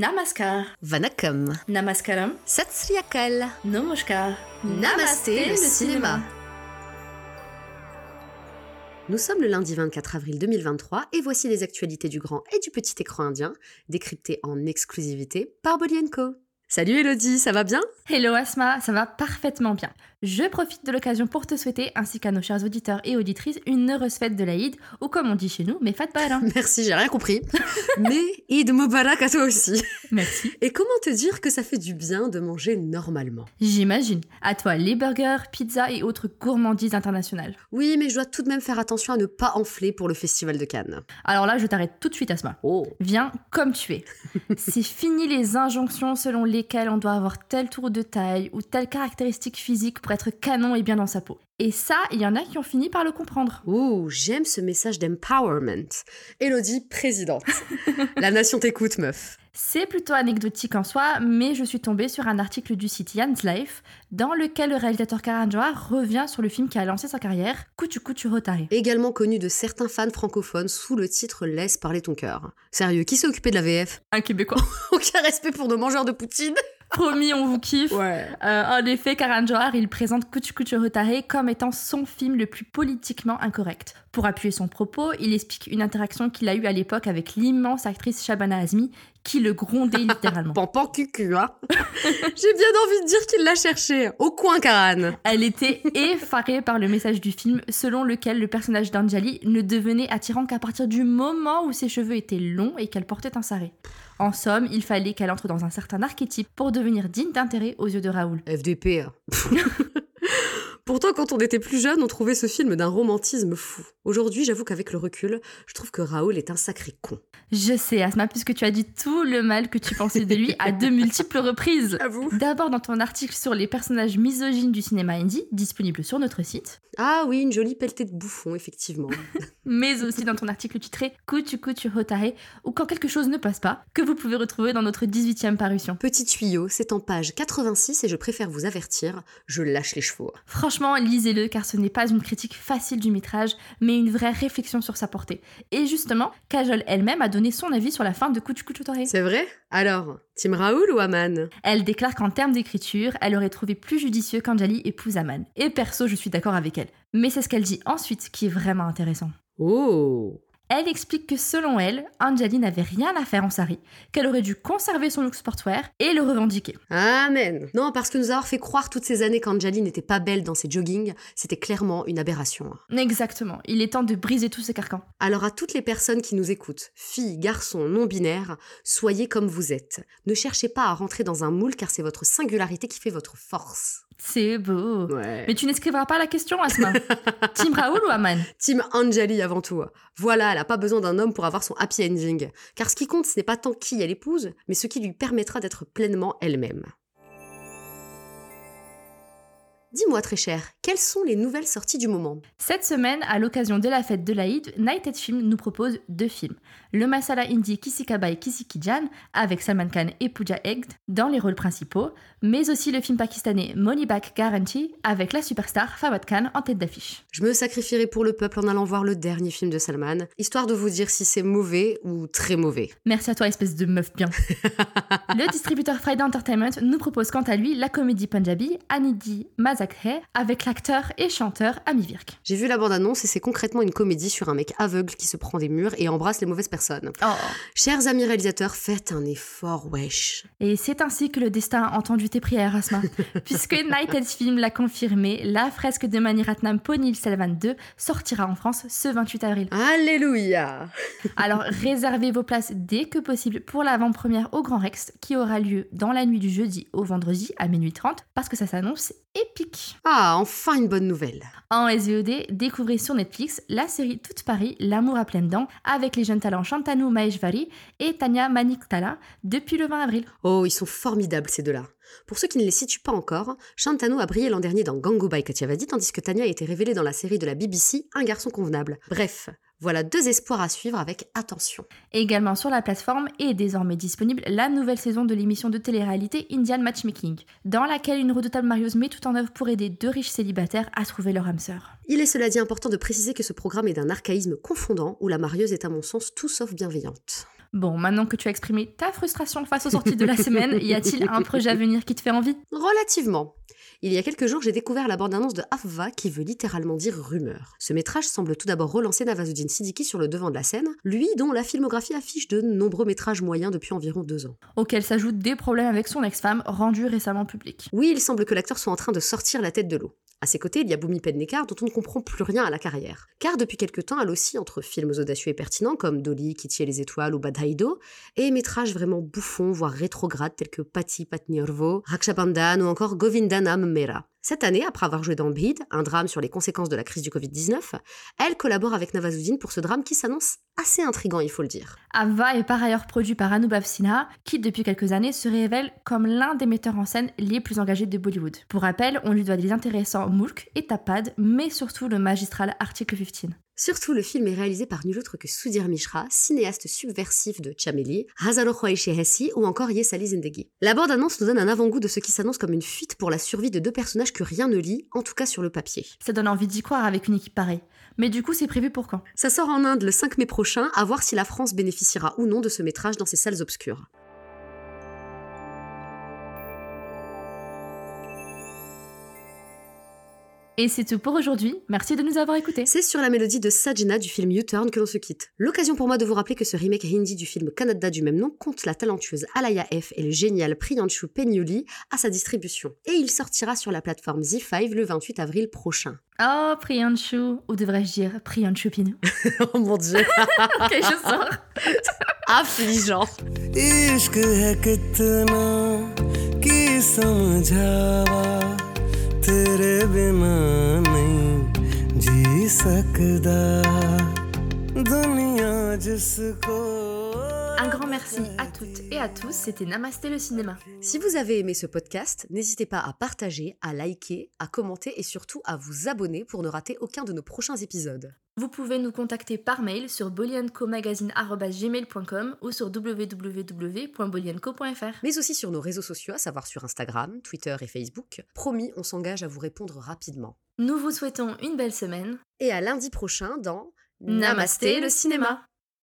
Namaskar, Vanakkam, Namaskaram, Satsriyakal, Namaskar, Namasté le cinéma. Nous sommes le lundi 24 avril 2023 et voici les actualités du grand et du petit écran indien, décryptées en exclusivité par Bolienko. Salut Elodie, ça va bien Hello Asma, ça va parfaitement bien. Je profite de l'occasion pour te souhaiter, ainsi qu'à nos chers auditeurs et auditrices, une heureuse fête de l'Aïd, ou comme on dit chez nous, mes fat barins. Merci, j'ai rien compris. Mais Eid Mubarak à toi aussi. Merci. Et comment te dire que ça fait du bien de manger normalement J'imagine. À toi les burgers, pizzas et autres gourmandises internationales. Oui, mais je dois tout de même faire attention à ne pas enfler pour le festival de Cannes. Alors là, je t'arrête tout de suite Asma. Oh Viens comme tu es. C'est fini les injonctions selon lesquelles on doit avoir tel tour de taille ou telle caractéristique physique pour être canon et bien dans sa peau. Et ça, il y en a qui ont fini par le comprendre. Ouh, j'aime ce message d'empowerment. Elodie, présidente. La nation t'écoute, meuf. C'est plutôt anecdotique en soi, mais je suis tombée sur un article du site Yan's Life dans lequel le réalisateur Karan Johar revient sur le film qui a lancé sa carrière, Kuchu Kuchu Rotari. Également connu de certains fans francophones sous le titre Laisse parler ton cœur. Sérieux, qui s'est occupé de la VF Un Québécois. Aucun respect pour nos mangeurs de poutine Promis, on vous kiffe. Ouais. Euh, en effet, Karan Johar, il présente Kuchu Kuchu Rotare comme étant son film le plus politiquement incorrect. Pour appuyer son propos, il explique une interaction qu'il a eue à l'époque avec l'immense actrice Shabana Azmi, qui le grondait littéralement. Pampan cucu, hein J'ai bien envie de dire qu'il l'a cherché. Au coin, Karan Elle était effarée par le message du film, selon lequel le personnage d'Anjali ne devenait attirant qu'à partir du moment où ses cheveux étaient longs et qu'elle portait un saré. En somme, il fallait qu'elle entre dans un certain archétype pour devenir digne d'intérêt aux yeux de Raoul. FDP. hein. Pourtant, quand on était plus jeune, on trouvait ce film d'un romantisme fou. Aujourd'hui, j'avoue qu'avec le recul, je trouve que Raoul est un sacré con. Je sais, Asma, puisque tu as dit tout le mal que tu pensais de lui à de multiples reprises. J'avoue. D'abord dans ton article sur les personnages misogynes du cinéma indie, disponible sur notre site, Ah oui, une jolie pelletée de bouffon, effectivement. mais aussi dans ton article titré Kuchu Kuchu Hotare ou Quand quelque chose ne passe pas, que vous pouvez retrouver dans notre 18e parution. Petit tuyau, c'est en page 86 et je préfère vous avertir, je lâche les chevaux. Franchement, lisez-le car ce n'est pas une critique facile du métrage, mais une vraie réflexion sur sa portée. Et justement, Kajol elle-même a donné son avis sur la fin de Kuchu Kuchu Hotare. C'est vrai Alors, Tim Raoul ou Aman Elle déclare qu'en termes d'écriture, elle aurait trouvé plus judicieux qu'Anjali épouse Aman. Et perso, je suis d'accord avec elle. Mais c'est ce qu'elle dit ensuite qui est vraiment intéressant. Oh Elle explique que selon elle, Anjali n'avait rien à faire en sari, qu'elle aurait dû conserver son look sportwear et le revendiquer. Amen Non, parce que nous avoir fait croire toutes ces années qu'Anjali n'était pas belle dans ses joggings, c'était clairement une aberration. Exactement, il est temps de briser tous ces carcans. Alors à toutes les personnes qui nous écoutent, filles, garçons, non-binaires, soyez comme vous êtes. Ne cherchez pas à rentrer dans un moule car c'est votre singularité qui fait votre force. C'est beau. Ouais. Mais tu n'escriveras pas la question, Asma. Tim Raoul ou Aman Team Anjali avant tout. Voilà, elle n'a pas besoin d'un homme pour avoir son happy ending. Car ce qui compte, ce n'est pas tant qui elle épouse, mais ce qui lui permettra d'être pleinement elle-même. Dis-moi très cher, quelles sont les nouvelles sorties du moment Cette semaine, à l'occasion de la fête de l'Aïd, Night at Film nous propose deux films. Le masala indie Kisikabai Kisikijan avec Salman Khan et Pooja Hegde dans les rôles principaux, mais aussi le film pakistanais Money Back Guarantee avec la superstar Fawad Khan en tête d'affiche. Je me sacrifierai pour le peuple en allant voir le dernier film de Salman, histoire de vous dire si c'est mauvais ou très mauvais. Merci à toi, espèce de meuf bien. le distributeur Friday Entertainment nous propose quant à lui la comédie punjabi Anidhi Mazakhe avec l'acteur et chanteur Ami Virk. J'ai vu la bande-annonce et c'est concrètement une comédie sur un mec aveugle qui se prend des murs et embrasse les mauvaises personnes. Oh. Chers amis réalisateurs, faites un effort, wesh. Et c'est ainsi que le destin a entendu tes prières, Asma. Puisque Nighted Film l'a confirmé, la fresque de Maniratnam Ponil Selvan 2 sortira en France ce 28 avril. Alléluia Alors réservez vos places dès que possible pour l'avant-première au Grand Rex qui aura lieu dans la nuit du jeudi au vendredi à minuit 30 parce que ça s'annonce épique. Ah, enfin une bonne nouvelle. En SVOD, découvrez sur Netflix la série Toute Paris, L'amour à pleines dents, avec les jeunes talents Shantanu Maheshvari et Tanya Maniktala depuis le 20 avril. Oh, ils sont formidables ces deux-là. Pour ceux qui ne les situent pas encore, Shantanu a brillé l'an dernier dans Gangubai Kathiavadi, tandis que Tania a été révélée dans la série de la BBC Un garçon convenable. Bref, voilà deux espoirs à suivre avec attention. Également sur la plateforme est désormais disponible la nouvelle saison de l'émission de télé-réalité Indian Matchmaking, dans laquelle une redoutable marieuse met tout en œuvre pour aider deux riches célibataires à trouver leur âme sœur. Il est cela dit important de préciser que ce programme est d'un archaïsme confondant où la marieuse est à mon sens tout sauf bienveillante. Bon, maintenant que tu as exprimé ta frustration face aux sorties de la semaine, y a-t-il un projet à venir qui te fait envie Relativement. Il y a quelques jours, j'ai découvert la bande-annonce de Afva qui veut littéralement dire rumeur. Ce métrage semble tout d'abord relancer Navazuddin Siddiqui sur le devant de la scène, lui dont la filmographie affiche de nombreux métrages moyens depuis environ deux ans. Auquel s'ajoutent des problèmes avec son ex-femme, rendus récemment publics. Oui, il semble que l'acteur soit en train de sortir la tête de l'eau. À ses côtés, il y a Bhumi Pednekar, dont on ne comprend plus rien à la carrière. Car depuis quelque temps, elle aussi, entre films audacieux et pertinents comme Dolly, Kitty et les étoiles ou Badaido, et métrages vraiment bouffons, voire rétrogrades tels que Patti Patniorvo, Rakshabandhan ou encore Govindanam Mera. Cette année, après avoir joué dans Bid, un drame sur les conséquences de la crise du Covid-19, elle collabore avec Navazuddin pour ce drame qui s'annonce assez intrigant, il faut le dire. Ava est par ailleurs produit par Anubhav Sinha, qui depuis quelques années se révèle comme l'un des metteurs en scène les plus engagés de Bollywood. Pour rappel, on lui doit des intéressants Mulk et Tapad, mais surtout le magistral Article 15. Surtout, le film est réalisé par nul autre que Sudhir Mishra, cinéaste subversif de Chameli, Hazaro Hessi ou encore Yesali Zendegi. La bande-annonce nous donne un avant-goût de ce qui s'annonce comme une fuite pour la survie de deux personnages que rien ne lit, en tout cas sur le papier. Ça donne envie d'y croire avec une équipe pareille. Mais du coup, c'est prévu pour quand Ça sort en Inde le 5 mai prochain, à voir si la France bénéficiera ou non de ce métrage dans ses salles obscures. Et c'est tout pour aujourd'hui. Merci de nous avoir écoutés. C'est sur la mélodie de Sajna du film U-Turn que l'on se quitte. L'occasion pour moi de vous rappeler que ce remake hindi du film Canada du même nom compte la talentueuse Alaya F et le génial Priyanchu Penyuli à sa distribution. Et il sortira sur la plateforme Z5 le 28 avril prochain. Oh, Priyanchu, ou devrais-je dire Priyanchu Pinou oh mon dieu Ok, je sors. Affligeant. इश्क है कितना कि समझावा तेरे बिना नहीं जी सकदा दुनिया जिसको Un grand merci à toutes et à tous. C'était Namasté le cinéma. Si vous avez aimé ce podcast, n'hésitez pas à partager, à liker, à commenter et surtout à vous abonner pour ne rater aucun de nos prochains épisodes. Vous pouvez nous contacter par mail sur boliancomagazine.com ou sur www.bolianco.fr. Mais aussi sur nos réseaux sociaux, à savoir sur Instagram, Twitter et Facebook. Promis, on s'engage à vous répondre rapidement. Nous vous souhaitons une belle semaine. Et à lundi prochain dans Namasté, le cinéma.